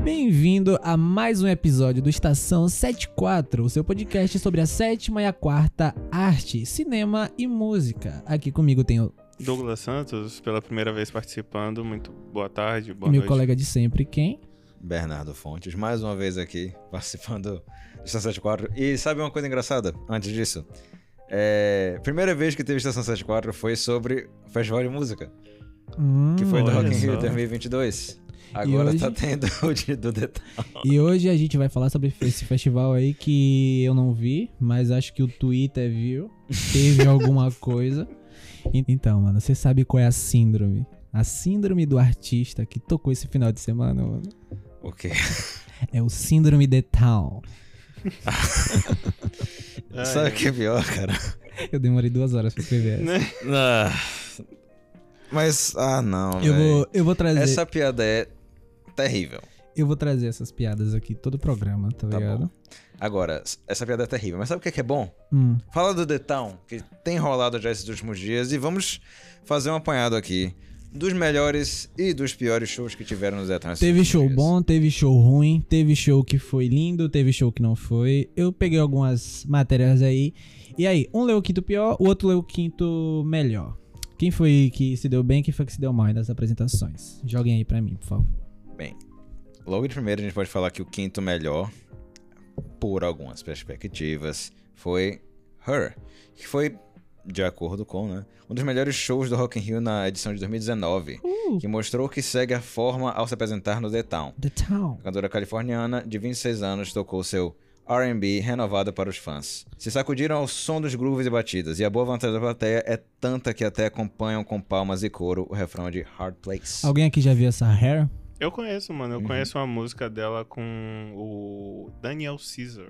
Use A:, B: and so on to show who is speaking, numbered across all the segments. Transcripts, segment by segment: A: Bem-vindo a mais um episódio do Estação 74, o seu podcast sobre a sétima e a quarta arte, cinema e música. Aqui comigo tem o
B: Douglas Santos, pela primeira vez participando. Muito boa tarde, boa
A: meu
B: noite.
A: colega de sempre, quem?
C: Bernardo Fontes, mais uma vez aqui, participando do Estação 74. E sabe uma coisa engraçada? Antes disso, é... primeira vez que teve Estação 74 foi sobre o Festival de Música,
A: Hum,
C: que foi do
B: olha
C: Rock in Rio
B: só.
C: 2022. Agora
A: hoje-
C: tá tendo o de, do detalhe.
A: E hoje a gente vai falar sobre esse festival aí que eu não vi, mas acho que o Twitter viu, teve alguma coisa. E- Então, mano, você sabe qual é a síndrome? A síndrome do artista que tocou esse final de semana, mano.
C: O quê?
A: É o síndrome de Town.
B: Ai,
C: sabe o que é pior, cara?
A: Eu demorei duas horas pra escrever essa.
B: Né?
C: Ah, Mas, ah não,
A: Eu
C: véi.
A: vou, eu vou trazer.
C: Essa piada é terrível.
A: Eu vou trazer essas piadas aqui todo o programa, tá,
C: Tá
A: ligado?
C: bom. Agora, essa piada é terrível. Mas sabe o que é que é bom?
A: Hum,
C: Fala do The Town, que tem rolado já esses últimos dias, e vamos fazer um apanhado aqui dos melhores e dos piores shows que tiveram no The Town. esses
A: Teve
C: últimos
A: show
C: dias.
A: bom, teve show ruim, teve show que foi lindo, teve show que não foi. Eu peguei algumas matérias aí. E aí, um leu o quinto pior, o outro leu o quinto melhor. Quem foi que se deu bem, quem foi que se deu mal aí nas apresentações? Joguem aí pra mim, por favor.
C: Logo de primeiro, a gente pode falar que o quinto melhor, por algumas perspectivas, foi Her, que foi, de acordo com, né, um dos melhores shows do Rock in Rio na edição de 2019,
A: Uh,
C: que mostrou que segue a forma ao se apresentar no The Town.
A: The Town.
C: A cantora californiana de 26 anos tocou seu R&B renovado para os fãs. Se sacudiram ao som dos grooves e batidas, e a boa vontade da plateia é tanta que até acompanham com palmas e coro o refrão de Hard Place.
A: Alguém aqui já viu essa hair?
B: Eu conheço, mano. Eu
C: Uhum.
B: conheço uma música dela com o Daniel Caesar.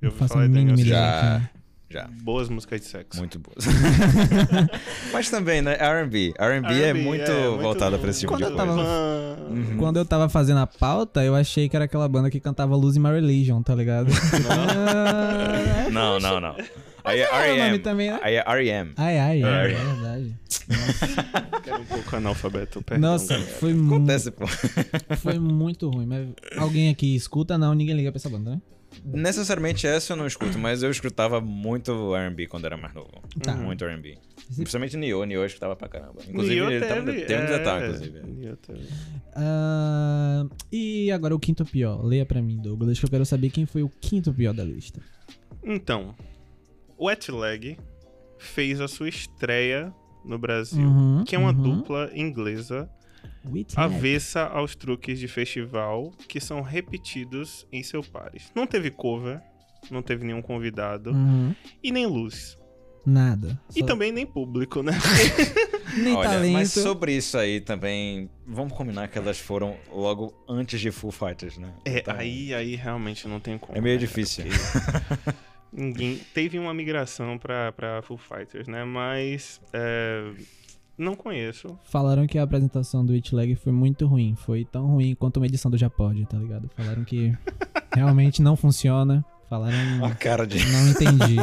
B: Eu ouvi
A: Faço
B: falar
A: a
B: de
A: mínima
B: Daniel
A: ideia
B: Caesar.
C: Já.
A: quem é.
C: Já.
B: Boas músicas de sexo.
C: Muito boa. Mas também, né? R&B. R&B é muito voltada pra esse tipo
A: Quando
C: de
A: eu
C: coisa.
A: tava-
B: Uhum.
A: Quando eu tava fazendo a pauta, eu achei que era aquela banda que cantava Lose My Religion, tá ligado? Ah,
C: Não, não, não. Aí é
A: é o nome
C: R.E.M.
A: também, né?
C: Aí é R.E.M.
A: Ai, ai, ai,
B: Ai.
A: é verdade.
B: Era um pouco analfabeto, perdão.
A: Nossa,
B: galera.
A: foi, mu-
C: Acontece, pô.
A: foi muito ruim. Mas alguém aqui escuta? Não, ninguém liga pra essa banda, né?
C: Necessariamente essa eu não escuto, mas eu escutava muito R&B quando era mais novo.
A: Tá.
C: Muito R&B.
A: Esse-
C: Principalmente Nioh, Nioh eu escutava pra caramba. Inclusive,
B: Neo
C: ele tá no,
B: teve,
C: tem um
B: é,
C: detalhe, inclusive.
B: Neo teve.
A: Ah, e agora o quinto pior. Leia pra mim, Douglas, que eu quero saber quem foi o quinto pior da lista.
B: Então, Wet Leg fez a sua estreia no Brasil,
A: Uhum,
B: que é uma
A: uhum.
B: dupla inglesa
A: Whitney.
B: avessa aos truques de festival que são repetidos em seu pares. Não teve cover, não teve nenhum convidado
A: Uhum.
B: e nem luz.
A: Nada.
B: E
A: Só-
B: também nem público, né?
A: Nem
C: Olha,
A: talento.
C: mas sobre isso aí também, vamos combinar que elas foram logo antes de Full Fighters, né?
B: É,
C: Então,
B: aí, aí realmente não tem como.
C: É meio
B: né, cara?
C: difícil.
B: Ninguém teve uma migração pra, pra Full Fighters, né? Mas é, não conheço.
A: Falaram que a apresentação do It Lag foi muito ruim. Foi tão ruim quanto uma edição do Japod, tá ligado? Falaram que realmente não funciona. Falaram.
C: Uma cara de...
A: Não entendi.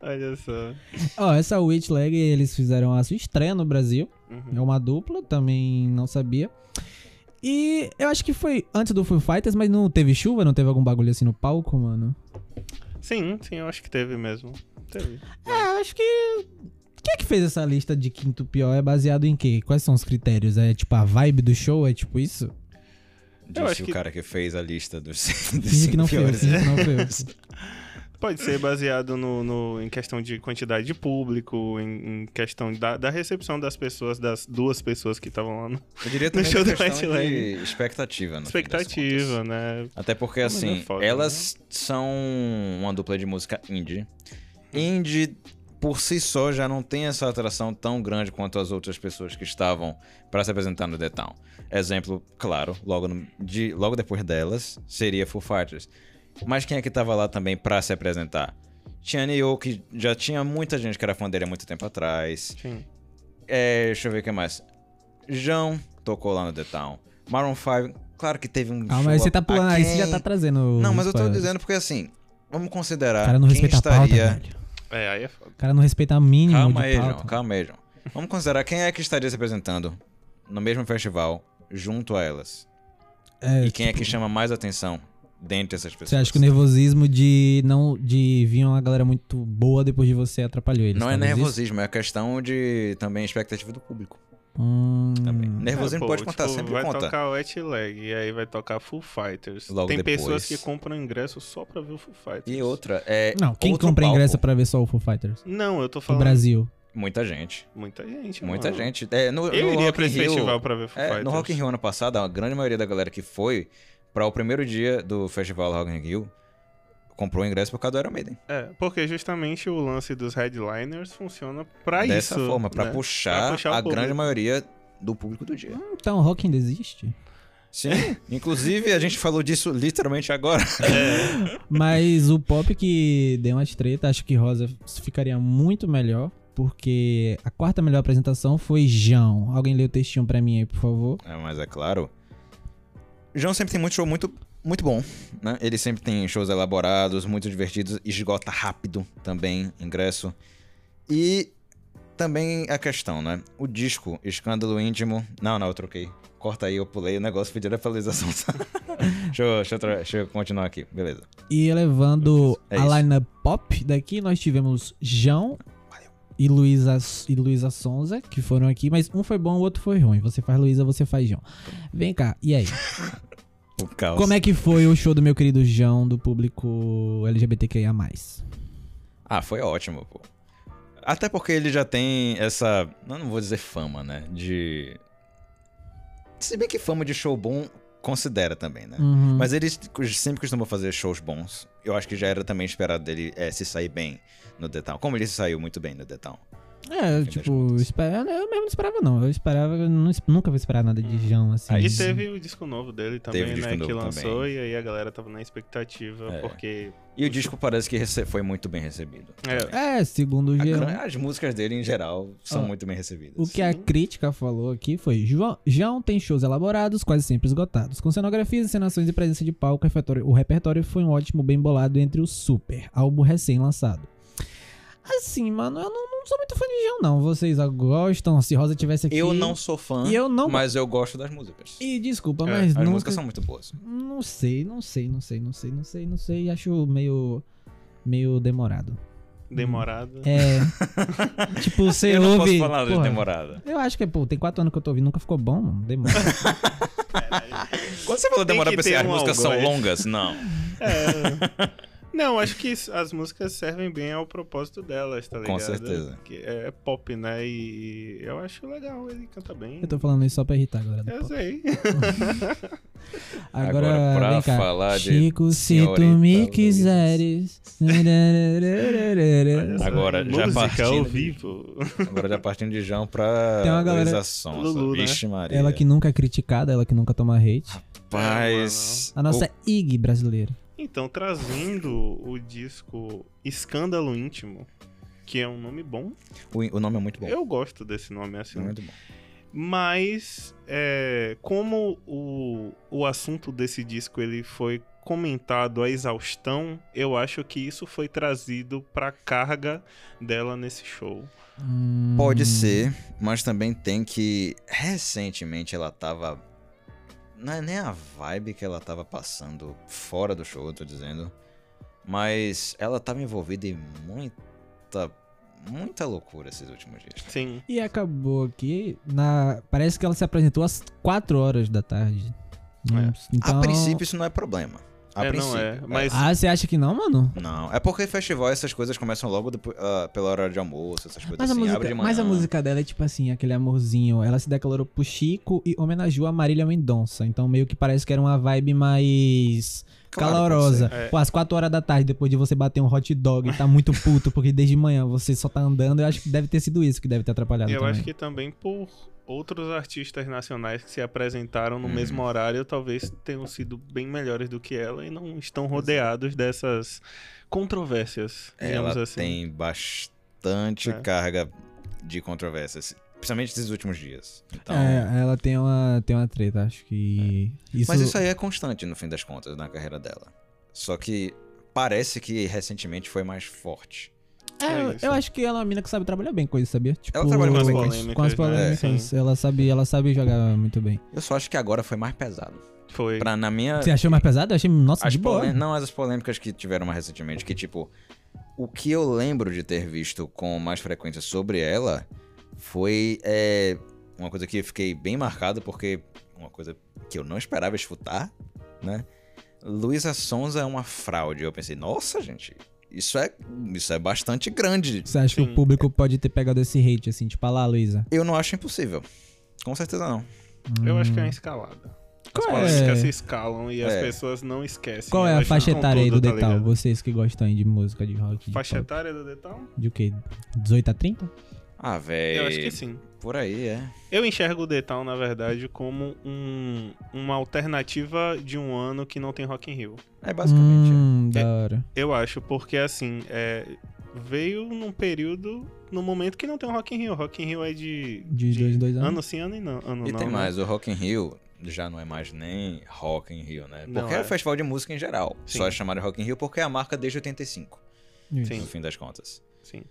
B: Olha só.
A: Ó, essa Witch Lag, eles fizeram a sua estreia no Brasil.
B: Uhum.
A: É uma dupla, também não sabia. E eu acho que foi antes do Foo Fighters, mas não teve chuva, não teve algum bagulho assim no palco, mano.
B: Sim, sim, eu acho que teve mesmo. Teve.
A: É, eu acho que. Quem é que fez essa lista de quinto pior? É baseado em quê? Quais são os critérios? É tipo a vibe do show? É tipo isso?
B: Eu
C: Disse
B: acho
C: o
B: que-
C: cara que fez a lista dos, dos
A: Finge que não né?
C: cinco
A: foi eu,
C: piores.
A: finge que não foi eu.
B: Pode ser baseado no, no- em questão de quantidade de público, em, em questão da, da recepção das pessoas, das duas pessoas que estavam lá. Na
C: Eu diria também
B: show
C: que
B: do
C: questão
B: Westlake.
C: de expectativa, no fim das contas.
B: expectativa, né?
C: Até porque,
B: Mas é
C: assim,
B: foda,
C: elas são uma dupla de música indie. Indie, por si só, já não tem essa atração tão grande quanto as outras pessoas que estavam pra se apresentar no The Town. Exemplo, claro, logo, no- de- logo depois delas, seria Full Fighters. Mas quem é que tava lá também pra se apresentar? Tinha Neo, que já tinha muita gente que era fã dele há muito tempo atrás.
B: Sim.
C: É, deixa eu ver o que mais. João tocou lá no The Town. Maroon 5, claro que teve um
A: Ah,
C: show
A: mas você tá
C: a-
A: pulando aí, você já
C: aquém.
A: tá trazendo.
C: Não, mas eu tô
A: spoilers.
C: dizendo porque assim, vamos
A: O
C: considerar
A: cara não
C: quem
A: respeita a pauta,
C: estaria.
A: velho.
B: É, aí é foda.
A: O cara não respeita a mínima.
C: calma
A: de
C: aí,
A: pauta.
C: João, calma aí, João. Vamos considerar quem é que estaria se apresentando no mesmo festival junto a elas.
A: É,
C: e quem é
A: tipo,
C: que chama mais atenção dentre essas pessoas?
A: Você acha que o nervosismo de não de vir uma galera muito boa depois de você atrapalhou eles?
C: Não é
A: talvez isso?
C: nervosismo, é questão de também expectativa do público.
A: Hum,
C: Também.
B: É,
C: Nervosismo
B: pô,
C: pode contar,
B: tipo,
C: sempre
B: vai
C: conta.
B: tocar Wet Leg e aí vai tocar Full Fighters.
C: Logo
B: Tem pessoas
C: depois.
B: que compram ingresso só pra ver o Full Fighters.
C: E outra, é.
A: Não, quem
C: outro
A: compra
C: palco.
A: ingresso pra ver só o Foo Fighters?
B: Não, eu tô
A: O
B: falando
A: Brasil.
C: Muita gente.
B: muita gente.
C: Muita
B: Tipo, mano.
C: gente. É, no,
B: Eu
C: no
B: iria
C: Rock
B: pra
C: in
B: esse
C: Rio-
B: festival pra ver Full
C: É,
B: Fighters.
C: no Rock in Rio ano passado, a grande maioria da galera que foi para o primeiro dia do festival Rock in Rio comprou o ingresso por causa do Iron Maiden.
B: É, porque justamente o lance dos headliners funciona pra
C: Dessa
B: isso.
C: forma, para
B: né?
C: puxar,
B: Pra puxar o
C: a
B: público. Hum.
C: grande maioria do público do dia.
A: Então, o rock ainda existe?
C: Sim. Inclusive, a gente falou disso literalmente agora.
B: É.
A: Mas o pop que deu umas treta, acho que Rosa ficaria muito melhor. Porque a quarta melhor apresentação foi Jão. Alguém lê o textinho pra mim aí, por favor.
C: É, mas é claro. O João sempre tem muito show muito, muito bom, né? Ele sempre tem shows elaborados, muito divertidos, esgota rápido também, ingresso. E também a questão, né? O disco, Escândalo Íntimo. Não, não, eu troquei. Corta aí, eu pulei o negócio, pedi a atualização. deixa, eu, deixa, eu tra- deixa eu continuar aqui, beleza.
A: E elevando
C: É isso.
A: a lineup pop daqui, nós tivemos Jão e Luísa e Luísa Sonza, que foram aqui, mas um foi bom, o outro foi ruim. Você faz Luísa, você faz Jão. Vem cá, e aí?
C: O caos.
A: Como é que foi o show do meu querido Jão do público LGBTQIA?
C: Ah, foi ótimo, pô. Até porque ele já tem essa. Eu não vou dizer fama, né? De. Se bem que fama de show bom considera também, né?
A: Uhum.
C: Mas ele sempre costuma fazer shows bons. Eu acho que já era também esperado dele eh, se sair bem no The Town. Como ele se saiu muito bem no The Town.
A: É,
C: Fim das
A: tipo,
C: contas.
A: espera- eu mesmo não esperava, não. Eu esperava, eu não es- nunca vou esperar nada de Jão, assim.
C: Uhum. Aí
B: E
C: sim.
B: teve o disco novo dele também,
C: Teve o disco
B: né? Que
C: novo
B: lançou
C: também.
B: e aí a galera tava na expectativa,
C: É.
B: porque.
C: E o disco parece que rece- foi muito bem recebido.
B: É,
A: É, segundo o
C: A
A: Jean.
C: gran- As músicas dele, em geral, são
A: Ó,
C: muito bem recebidas.
A: Ah, O que a
B: Sim.
A: crítica falou aqui foi: João, João tem shows elaborados, quase sempre esgotados. Com cenografias, encenações e presença de palco, o repertório- o repertório foi um ótimo bem bolado entre o Super, álbum recém-lançado. Assim, mano, eu não, não sou muito fã de João, não. Vocês gostam? Se Rosa tivesse aqui.
C: Eu não sou fã,
A: E eu não.
C: mas eu gosto das músicas.
A: E desculpa,
B: É,
A: mas
C: As
A: nunca...
C: músicas são muito boas.
A: Não sei, não sei, não sei, não sei, não sei, não sei. Acho meio. meio demorado.
B: demorado.
A: É. tipo, você
C: eu não
A: ouve.
C: posso falar de
A: porra,
C: demorada.
A: Eu acho que, pô, tem quatro anos que eu tô ouvindo, nunca ficou bom, mano. Demora.
C: Quando você falou
B: Tem
C: demorada,
B: que
C: eu pensei,
B: ter
C: as
B: um
C: músicas são
B: algoz.
C: longas? Não.
B: É. Não, acho que isso- as músicas servem bem ao propósito delas, tá ligado?
C: Com certeza.
B: Que é pop, né? E eu acho legal, ele canta bem.
A: eu tô falando isso só pra irritar agora.
B: Eu sei.
A: Agora,
C: Agora, pra
A: vem cá.
C: falar de
A: Chico, se tu
C: senhorita
A: me
C: Luísa.
A: quiseres.
C: É.
B: Olha só,
C: Agora, já
B: Música ao
C: partindo.
B: vivo.
C: Agora já partindo de Jão pra
A: Tem uma galera-
C: Luísa Sonza.
B: Lulu, né?
C: Vixe Maria.
A: ela que nunca é criticada, ela que nunca toma hate.
C: Rapaz.
A: A nossa IG brasileira.
B: Então, trazendo o disco Escândalo Íntimo, que é um nome bom.
C: O, o- o nome é muito bom.
B: Eu gosto desse nome, assim.
C: É muito bom.
B: Mas, é, como o, o assunto desse disco ele foi comentado à exaustão, eu acho que isso foi trazido pra carga dela nesse show.
A: Hum,
C: Pode ser, mas também tem que. Recentemente ela tava. Não é nem a vibe que ela tava passando fora do show, eu tô dizendo. Mas ela tava envolvida em muita. Muita loucura esses últimos dias.
B: Sim.
A: E acabou aqui. Na... Parece que ela se apresentou às 4 horas da tarde. Hum, Então...
C: É. A princípio isso não é problema. A
B: É,
C: princípio.
B: não é, mas-
A: Ah, você acha que não, mano?
C: Não, é porque festival essas coisas começam logo depo- ah, pela hora de almoço, essas coisas
A: Mas,
C: assim.
A: a
C: abre
A: música,
C: de manhã.
A: mas a música dela é tipo assim, aquele amorzinho. Ela se declarou pro Chico e homenageou a Marília Mendonça. Então meio que parece que era uma vibe mais
C: Claro,
A: calorosa.
B: pode ser. É.
A: Pô, às 4 horas da tarde, depois de você bater um hot dog e tá muito puto, porque desde manhã você só tá andando. Eu acho que deve ter sido isso que deve ter atrapalhado.
B: E eu
A: também.
B: acho que também por outros artistas nacionais que se apresentaram no
C: Hum.
B: mesmo horário, talvez tenham sido bem melhores do que ela e não estão rodeados dessas controvérsias, digamos
C: Ela
B: assim.
C: tem bastante
B: É.
C: carga de controvérsias, principalmente esses últimos dias. Então,
A: É, ela tem uma, tem uma treta, acho que. Isso...
C: Mas isso aí é constante no fim das contas na carreira dela. Só que parece que recentemente foi mais forte.
A: É,
B: É
A: eu-
B: isso.
A: eu acho que ela é uma mina que sabe trabalhar bem com isso, sabia? Tipo,
C: trabalha
B: muito bem com
A: com
B: isso.
A: as
B: polêmicas, né?
A: polêmicas. Ela sabe, ela sabe jogar muito bem.
C: Eu só acho que agora foi mais pesado.
B: Foi.
C: Pra, na minha.
A: Você achou mais pesado? Eu achei, nossa,
C: as
A: de boa.
C: polê- Não, as polêmicas que tiveram mais recentemente, que tipo, o que eu lembro de ter visto com mais frequência sobre ela foi é, uma coisa que eu fiquei bem marcado, porque uma coisa que eu não esperava escutar, né? Luísa Sonza é uma fraude. Eu pensei, nossa, gente, isso é, isso é bastante grande.
A: Você acha que
B: Sim.
A: o público pode ter pegado esse hate, assim, tipo, ah lá, Luísa.
C: Eu não acho impossível. Com certeza não.
B: Eu
A: Hum.
B: acho que é uma escalada. As
A: Qual
B: polêmicas se
A: é,
B: escalam e as
C: É.
B: pessoas não esquecem.
A: qual é a
B: elas
A: faixa
B: juntam
A: etária aí do
B: tudo, tá
A: Detal?
B: ligado?
A: Vocês que gostam aí de música, de rock, de,
C: É.
B: Faixa
A: pop.
B: etária do Detal?
A: de o quê? 18 a 30?
C: Ah,
B: Eu acho que
C: velho.
B: sim.
C: Por aí, é.
B: Eu enxergo o Detal, na verdade, como um- uma alternativa de um ano que não tem Rock in Rio.
C: É basicamente.
A: Hum,
B: É.
A: da hora.
B: Eu acho, porque assim, é, veio num período, num momento que não tem o Rock in Rio. Rock in Rio é de...
A: De dois em dois anos.
B: Ano sim, ano e não. Ano
C: E
B: não,
C: tem
B: né?
C: mais, o Rock in Rio já não é mais nem Rock in Rio, né?
B: Não,
C: Porque é,
B: é.
C: o festival de música em geral.
B: Sim.
C: Só é chamado Rock in Rio porque é a marca desde 85,
A: Isso.
B: Sim.
C: no fim das contas.
B: Sim.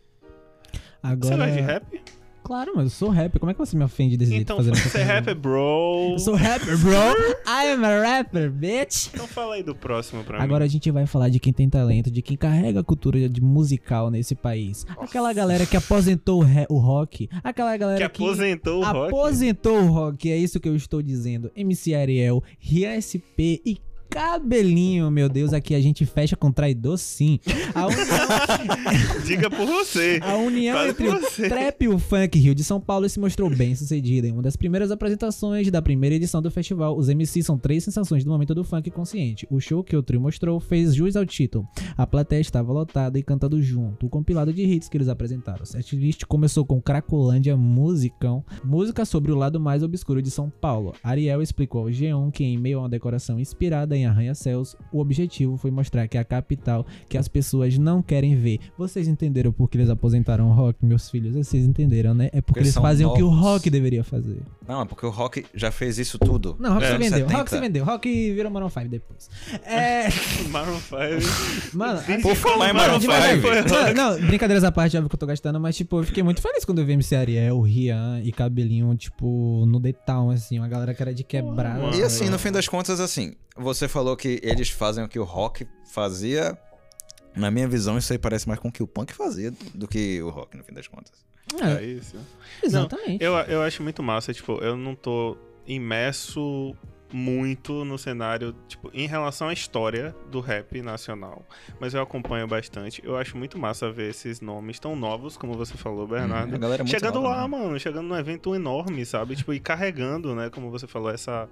B: Você
A: Agora... é
B: gosta de rap?
A: Claro, mas eu sou rapper. Como é que você me ofende desse jeito?
B: Então,
A: fazendo essa
B: você é
A: pergunta?
B: rapper, bro.
A: Eu sou rapper, bro. I am a rapper, bitch.
B: Então fala aí do próximo pra
A: Agora a
B: mim.
A: gente vai falar de quem tem talento, de quem carrega a cultura de musical nesse país. Aquela galera que aposentou o, re- o rock. Aquela galera
B: Que
A: que,
B: aposentou o rock.
A: aposentou o rock. É isso que eu estou dizendo. MC Ariel, Rian SP e Cabelinho, meu Deus, aqui a gente fecha com traidor sim. A união,
B: Diga por você.
A: a união
B: Fala
A: entre
B: por
A: o
B: você.
A: Trap e o Funk Rio de São Paulo se mostrou bem sucedida em uma das primeiras apresentações da primeira edição do festival. Os MCs são três sensações do momento do funk consciente. O show que o trio mostrou fez jus ao título. A plateia estava lotada e cantando junto, o compilado de hits que eles apresentaram. O setlist começou com Cracolândia Musicão, música sobre o lado mais obscuro de São Paulo. Ariel explicou ao G1 que, em meio a uma decoração inspirada em arranha-céus, o objetivo foi mostrar que a capital que as pessoas não querem ver. Vocês entenderam por que eles aposentaram o rock, meus filhos? Vocês entenderam, né? É porque
C: Eles
A: eles
C: são
A: fazem o que o
C: novos.
A: rock deveria fazer.
C: Não, é porque o Rock já fez isso tudo.
A: Não, rock
B: É,
A: se
C: anos
A: vendeu, rock se
C: 70.
A: vendeu, rock virou Maroon 5 depois. É,
B: Maroon 5.
A: mano, a-
C: Por falar em
B: Maroon
C: Maroon
A: de verdade,
C: 5.
A: mano, não, brincadeiras à parte, óbvio que eu tô gastando, mas tipo, eu fiquei muito feliz quando eu vi MC Ariel, É, Rian e Cabelinho, tipo, no detalhe, assim, uma galera que era de quebrada.
C: E assim,
A: velho.
C: no fim das contas, assim, você falou que eles fazem o que o Rock fazia. Na minha visão, isso aí parece mais com o que o Punk fazia do que o Rock, no fim das contas.
A: É,
B: É isso.
A: exatamente.
B: Eu, eu acho muito massa, tipo, eu não tô imerso muito no cenário, tipo, em relação à história do rap nacional, mas eu acompanho bastante. Eu acho muito massa ver esses nomes tão novos, como você falou, Bernardo.
C: A galera é muito
B: Chegando
C: nova,
B: lá,
C: né?
B: mano, chegando num evento enorme, sabe? Tipo, e carregando, né, como você falou, essa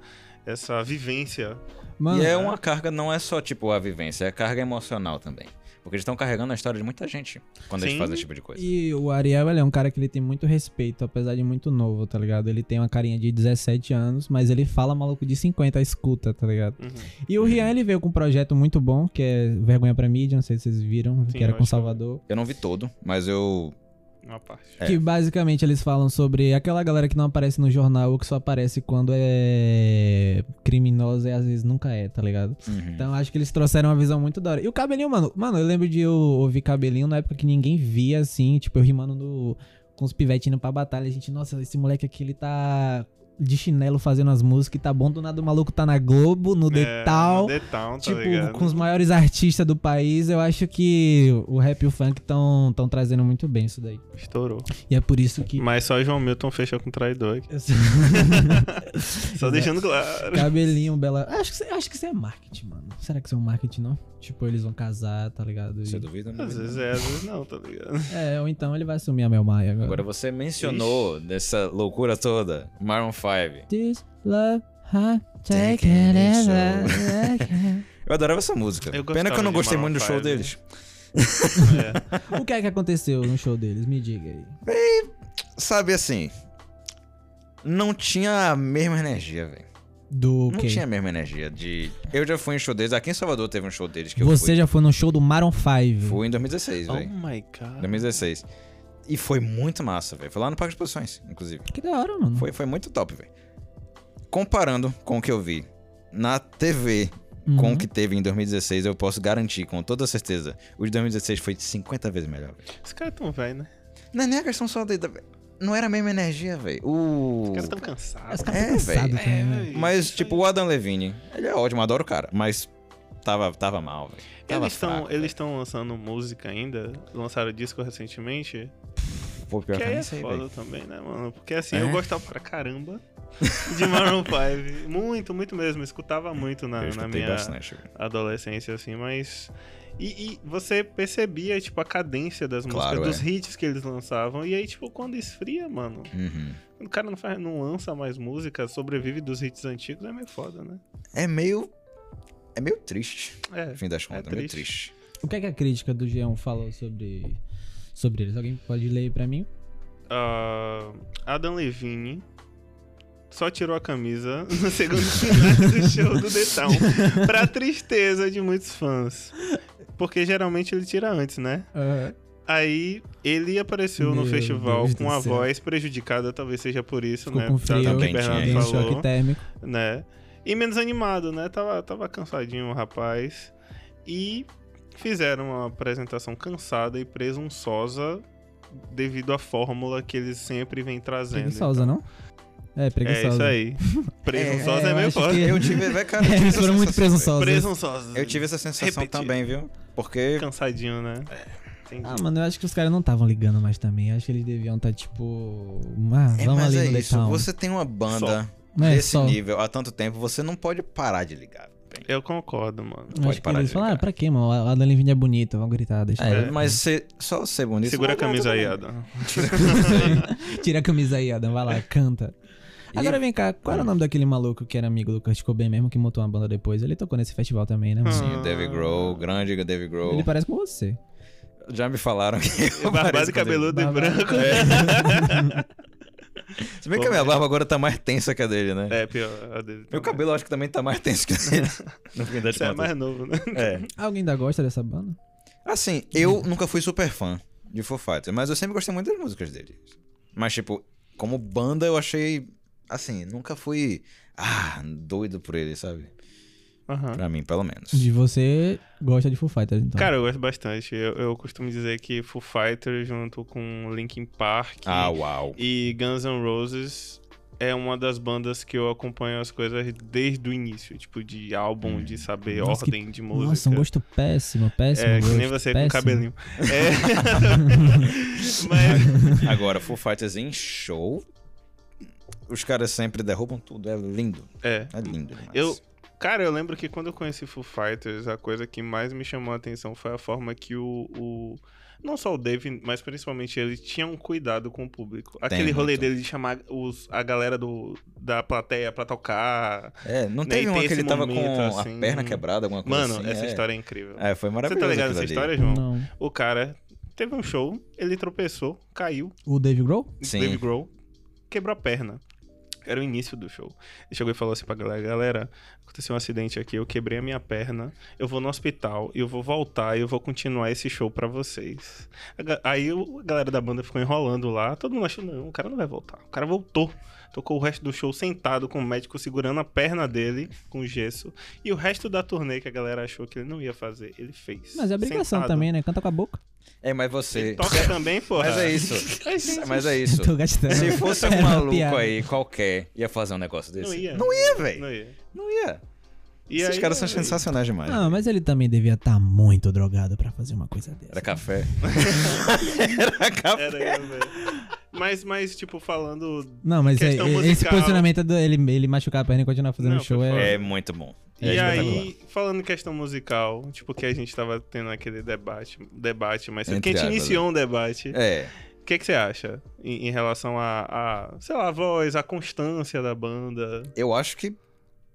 B: essa vivência.
A: Mano,
C: e é uma carga, não é só tipo a vivência, é carga emocional também. Porque eles estão carregando a história de muita gente quando eles
B: Sim.
C: fazem esse tipo de coisa.
A: E o Ariel, ele é um cara que ele tem muito respeito, apesar de muito novo, tá ligado? Ele tem uma carinha de 17 anos, mas ele fala maluco de 50, escuta, tá ligado?
B: Uhum.
A: E o Rian, ele veio com um projeto muito bom, que é Vergonha pra Mídia, não sei se vocês viram,
B: Sim,
A: que era
B: eu
A: com
B: acho que eu vi.
A: Salvador.
C: Eu não vi todo, mas eu.
B: Uma parte.
C: É.
A: Que basicamente eles falam sobre aquela galera que não aparece no jornal ou que só aparece quando é criminosa e às vezes nunca é, tá ligado?
B: Hum.
C: Uhum.
A: Então acho que eles trouxeram uma visão muito da hora. E o cabelinho, mano, mano, eu lembro de eu ouvir cabelinho na época que ninguém via, assim, tipo, eu rimando no, com os pivetes indo pra batalha. A gente, nossa, esse moleque aqui, ele tá de chinelo fazendo as músicas e tá bom, do nada o maluco tá na Globo, no
B: É,
A: Detal.
B: no The Town, tá
A: Tipo,
B: ligado?
A: com os maiores artistas do país, eu acho que o rap e o funk estão tão trazendo muito bem isso daí.
B: Estourou.
A: E é por isso que.
B: Mas só João Milton fecha com traidor. aqui.
A: eu sou-
B: Só deixando claro.
A: Cabelinho, bela. Acho que, isso- acho que isso é marketing, mano. Será que isso é um marketing, não? Tipo, eles vão casar, tá ligado? E-
C: Você duvida? Não
B: Às
C: duvida.
B: vezes é, às vezes não, tá ligado?
A: É, ou então ele vai assumir a Mel Maia agora.
C: Agora você mencionou dessa loucura toda, Maroon 5.
A: This love, huh? Take
C: Take
A: it
C: it
A: as
C: easy.
A: I can.
C: Eu adorava essa música.
B: Eu
C: Pena que
B: gostava
C: eu não
B: de
C: gostei
B: Maroon
C: muito do show
B: 5.
C: deles.
B: É.
A: O que é que aconteceu no show deles? Me diga aí.
C: Sabe assim. Não tinha a mesma energia, velho.
A: Do
C: Não
A: quê?
C: tinha a mesma energia de. Eu já fui em show deles. Aqui em Salvador teve um show deles que
A: Você
C: eu
A: já foi no show do Maroon 5.
C: fui. Fui em 2016,
B: Oh
C: velho.
B: my god.
C: 2016. E foi muito massa, velho. Foi lá no Parque de Exposições, inclusive.
A: Que da hora, mano.
C: Foi, foi muito top, velho. Comparando com o que eu vi na TV
A: Uhum.
C: com o que teve em 2016, eu posso garantir com toda certeza, o de 2016 foi 50 vezes melhor. velho.
B: Esse cara é tão velho, né?
C: Não é nem a questão só da... da- não era a mesma energia, velho. O...
B: Os caras tão
A: Os
B: cansados.
A: caras
C: É,
A: estão cansados
C: véi.
A: também, né?
B: véi,
C: Mas,
B: isso
C: tipo,
B: aí.
C: o Adam Levine, ele é ótimo, adoro o cara, mas tava, tava mal, velho. Tava
B: Eles estão
C: fraco, né?
B: eles tão lançando música ainda? Lançaram disco recentemente?
C: velho. Pô,
B: Que
C: pior que eu
B: aí
C: nem
B: é
C: sei,
B: foda
C: velho.
B: também, né, mano? Porque assim,
C: É?
B: eu gostava pra caramba de Maroon 5. Muito, muito mesmo. Escutava muito na,
C: Eu
B: na
C: escutei
B: minha
C: bastante, velho.
B: adolescência, assim, mas. E, e você percebia, tipo, a cadência das músicas,
C: Claro,
B: dos
C: é.
B: hits que eles lançavam. E aí, tipo, quando esfria, mano,
C: Uhum.
B: quando o cara não, faz, não lança mais música, sobrevive dos hits antigos, é meio foda, né?
C: É meio. É meio triste, no
B: É.
C: fim das contas. É meio
B: triste.
C: triste.
A: O que é que a crítica do G1 falou sobre, sobre eles? Alguém pode ler aí pra mim?
B: Ah, Adam Levine só tirou a camisa no segundo final do show do Detão, pra tristeza de muitos fãs. Porque geralmente ele tira antes, né?
C: É,
B: Aí ele apareceu no
A: Meu
B: festival
A: Deus
B: com
A: do
B: a
A: céu.
B: também. voz prejudicada, talvez seja por isso,
A: Ficou
B: né?
A: com
B: Tanto
A: frio,
B: que o
C: Também
B: Bernardo
A: Tem
C: tinha isso.
B: falou,
A: choque térmico.
B: tá né? E menos animado, né? Tava, tava cansadinho o rapaz. E fizeram uma apresentação cansada e presunçosa devido à fórmula que eles sempre vêm trazendo.
A: Preguiçosa,
B: então.
A: não? É,
B: É isso
A: preguiçosa.
B: aí. Presunçosa
A: É,
B: é,
A: é, eu
B: meio
A: acho
B: forte. um
A: que-
C: Eu tive. velho, Cara, eu tive
A: Eles
C: essa
A: foram muito
C: sensação, velho.
A: presunçosos.
B: Presunçosa.
C: Eu tive essa sensação
B: Repetir.
C: também, viu? Porque.
B: Cansadinho, né? Entendi.
A: Ah, mano, eu acho que os caras não estavam ligando mais também. Eu acho que eles deviam estar, tipo... Ah,
C: É,
A: vamos
C: mas
A: ali
C: é
A: no
C: isso.
A: Daytown.
C: Você tem uma banda
A: É,
C: desse
A: só.
C: nível há tanto tempo, você não pode parar de ligar. velho.
B: Eu concordo, mano.
A: Eu
C: pode
A: acho que
C: parar
A: eles
C: de
A: falaram, ah,
C: ligar.
A: pra quê, mano? A Adam Levine é bonita, vamos gritar, deixa
C: É,
A: ela.
C: mas você, só ser bonito.
B: Segura a
C: não aguenta,
B: camisa aí,
C: não.
B: Adam.
A: Tira a camisa aí, Adam, vai lá, canta.
C: E-
A: Agora vem cá, qual era o nome daquele maluco que era amigo do Kurt Cobain mesmo, que montou uma banda depois? Ele tocou nesse festival também, né, mano?
C: Sim, o David Grohl, grande David Grohl.
A: Ele parece com você.
C: Já me falaram que. eu pareço
B: Barbado,
C: com David-
B: cabeludo e
A: Barbado.
B: branco.
C: É. Se bem que a minha barba agora tá mais tensa que a dele, né?
B: É, pior. a dele
C: Meu
B: também.
C: cabelo eu acho que também tá mais tenso que o dele. No fim das
B: Você é
C: contas.
B: mais novo, né?
C: É.
A: Alguém ainda gosta dessa banda?
C: Assim, eu nunca fui super fã de Foo Fighters, mas eu sempre gostei muito das músicas deles. Mas, tipo, como banda, eu achei. Assim, nunca fui. Ah, doido por ele, sabe?
B: Aham.
C: Pra mim, pelo menos.
A: De você gosta de Foo Fighters, então.
B: Cara, eu gosto bastante. Eu, eu costumo dizer que Foo Fighters junto com Linkin Park
C: Ah, uau.
B: e Guns N' Roses é uma das bandas que eu acompanho as coisas desde o início, tipo de álbum, de saber
A: Nossa, que-
B: ordem de música.
A: Nossa, um gosto péssimo, péssimo.
B: é, que nem
A: gosto,
B: você
A: péssimo.
B: com cabelinho. É. Mas
C: Agora, Foo Fighters em show. Os caras sempre derrubam tudo. É lindo.
B: é,
C: É lindo. demais.
B: Eu, cara, eu lembro que quando eu conheci Foo Fighters, a coisa que mais me chamou a atenção foi a forma que o, o- não só o Dave, mas principalmente ele tinha um cuidado com o público. Aquele
C: muito.
B: rolê dele de chamar os, a galera do, da plateia pra tocar.
C: É, não
B: Nem
C: teve
B: tem
C: uma que ele
B: esse
C: tava
B: momento,
C: com
B: assim.
C: a perna quebrada, alguma coisa
B: Mano,
C: assim.
B: essa
C: é.
B: história é incrível.
C: É,
B: Você tá
C: foi maravilhoso.
B: ligado nessa
C: aquilo
B: história,
C: ali.
B: João?
A: Não.
B: O cara teve um show, ele tropeçou, caiu,
A: O Dave Grohl?
C: Sim.
B: Dave Grohl, quebrou a perna. Era o início do show. Ele chegou e falou assim pra galera: galera, aconteceu um acidente aqui, eu quebrei a minha perna, eu vou no hospital, eu vou voltar e eu vou continuar esse show pra vocês. A ga- Aí o- a galera da banda ficou enrolando lá, todo mundo achou: não, o cara não vai voltar. O cara voltou. Tocou o resto do show sentado com o médico segurando a perna dele com gesso. E o resto da turnê que a galera achou que ele não ia fazer, ele fez.
A: Mas é obrigação também, né? Canta com a boca.
C: É, mas você.
B: Ele toca também, porra.
C: Mas é isso.
B: É isso.
C: Mas é isso.
A: Tô gastando.
C: Se fosse um
A: Né? Era uma
C: maluco
A: piada.
C: aí qualquer, ia fazer um negócio desse.
B: Não ia.
C: Não ia, velho.
B: Não ia.
C: Não ia.
B: E
C: Esses
B: aí, é
C: caras são
B: velho,
C: sensacionais demais.
A: Não, mas ele também devia estar muito drogado pra fazer uma coisa dessa.
C: Era café. Era café.
B: Era eu, velho. Mas, mas, tipo, falando.
A: Não, mas é-
B: Questão
A: é- esse
B: musical.
A: posicionamento do, ele, ele machucar a perna e continuar fazendo
B: Não,
A: show
B: foi
A: é.
C: É muito bom. É
B: e
C: espetacular.
B: aí, falando em questão musical, tipo, que a gente tava tendo aquele debate, debate, mas
C: Entre
B: que a gente
C: aspas, né?
B: iniciou um debate. O
C: É.
B: que, que você acha em, em relação a, a, sei lá, a voz, a constância da banda?
C: Eu acho que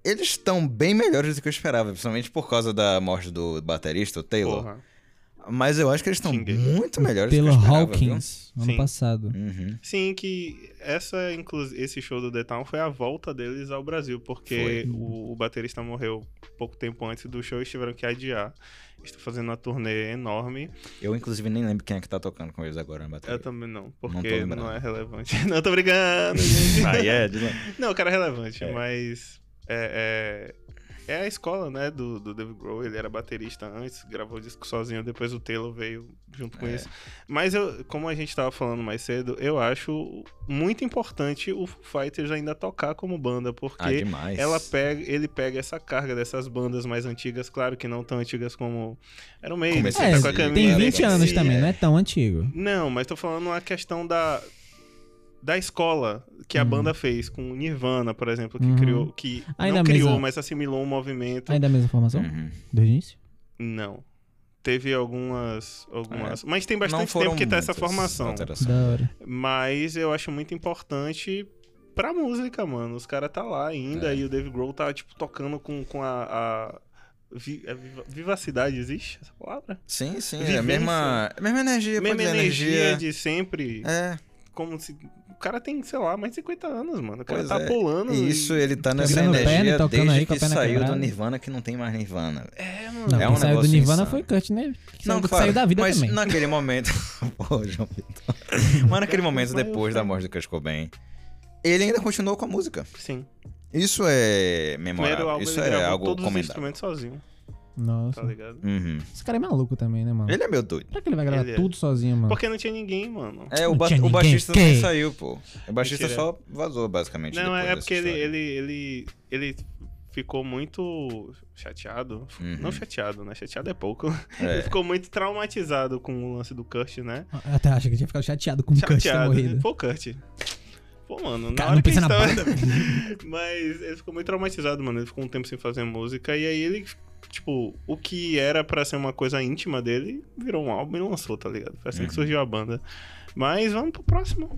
C: eles estão bem melhores do que eu esperava, principalmente por causa da morte do baterista, o Taylor.
B: Porra.
C: Mas eu acho que eles estão
B: Xinguei.
C: muito melhores
A: Taylor
C: do que eu esperava. viu?
A: Hawkins, ano
B: Sim.
A: passado.
C: Uhum.
B: Sim, que essa, inclu- esse show do The Town foi a volta deles ao Brasil, porque
C: Foi.
B: o, o baterista morreu pouco tempo antes do show e eles tiveram que adiar. Estou fazendo uma turnê enorme.
C: Eu, inclusive, nem lembro quem é que tá tocando com eles agora na bateria.
B: Eu também não,
C: tô
B: porque não,
C: lembrando.
B: é relevante. Não, tô brincando, gente.
C: Ah, é? de lá.
B: Não, o cara é relevante,
C: É.
B: mas. É, é, É a escola, né, do, do Dave Grohl. Ele era baterista antes, gravou disco sozinho, depois o Taylor veio junto com
C: É.
B: isso. Mas eu, como a gente tava falando mais cedo, eu acho muito importante o Foo Fighters ainda tocar como banda, porque
C: Ah, demais.
B: ela pega, ele pega essa carga dessas bandas mais antigas, claro que não tão antigas como era o Maiden,
C: Comecei
B: tá
C: a
B: com a
C: fazer,
B: camisa
A: É, tem
C: Legal,
A: 20 anos
B: Legacy,
A: também,
B: é.
A: não é tão antigo.
B: Não, mas tô falando uma questão da da escola que a
A: Hum.
B: banda fez com o Nirvana, por exemplo, que
A: Uhum.
B: criou que
A: Ainda
B: não
A: a
B: criou,
A: mesma-
B: mas assimilou um movimento.
A: Ainda é a mesma formação?
C: Uhum.
A: Desde o início?
B: Não. Teve algumas algumas, mas tem
C: É. Não
B: bastante
C: foram
B: tempo que tá essa
C: muitas
B: formação.
C: alterações.
A: Da hora.
B: Mas eu acho muito importante pra música, mano. Os caras tá lá ainda
C: É.
B: e o Dave Grohl tá, tipo, tocando com, com a. a vi- a viva- vivacidade, existe essa palavra?
C: Sim, sim. É
B: Vivência.
C: a mesma, mesma energia. pode
B: né? Mesma
C: dizer,
B: energia, de sempre.
C: É,
B: Como se. O cara tem, sei lá, mais de 50 anos, mano. O cara
C: Pois
B: tá
C: é.
B: pulando.
C: e isso, ele tá nessa
A: Quebrando
C: energia
A: perna e tocando
C: desde
A: aí com a
C: que
A: perna
C: saiu
A: quebrada.
C: do Nirvana, que não tem mais Nirvana.
B: É, mano.
A: Não,
C: É um
A: quem saiu do
C: negócio
A: Nirvana
C: insano.
A: foi Kurt, né? Que
C: Não,
A: saiu, que
C: claro,
A: saiu da vida
C: mas
A: também.
C: naquele momento... Pô, João Vitor. Mas naquele momento,
B: Mas eu
C: depois da
B: sei.
C: morte do Kurt Cobain, ele ainda continuou com a música.
B: Sim.
C: Isso é
B: Primeiro
C: memorável.
B: álbum
C: Isso
B: ele
C: é
B: gravou
C: algo
B: todos os
C: comentável.
B: instrumentos sozinho, tá
A: Nossa.
B: ligado?
C: Uhum.
A: Esse cara é maluco também, né, mano?
C: Ele é meu doido.
A: Será que ele vai gravar
B: Ele é.
A: tudo sozinho, mano?
B: Porque não tinha ninguém, mano.
C: É, o,
A: Não
C: ba-
A: tinha
C: o
A: ninguém
C: baixista
A: que-
C: nem saiu, pô. O baixista
B: Mentira.
C: só vazou, basicamente.
B: Não,
C: depois
B: é
C: dessa
B: porque ele,
C: história.
B: ele, ele, ele ficou muito chateado.
C: Uhum.
B: Não chateado, né? Chateado é pouco.
C: É.
B: Ele ficou muito traumatizado com o lance do Kurt, né?
A: Eu até acho que tinha ficado chateado com o Kurt ter
B: Chateado.
A: morrido.
B: né? Pô, Kurt. Pô, mano, na
A: Cara,
B: hora
A: não
B: que a
A: pensa
B: gente
A: na
B: tava... Mas ele ficou muito traumatizado, mano. Ele ficou um tempo sem fazer música. E aí ele, tipo, o que era pra ser uma coisa íntima dele, virou um álbum e lançou, tá ligado? Foi assim que
C: Uhum.
B: surgiu a banda. Mas vamos pro próximo.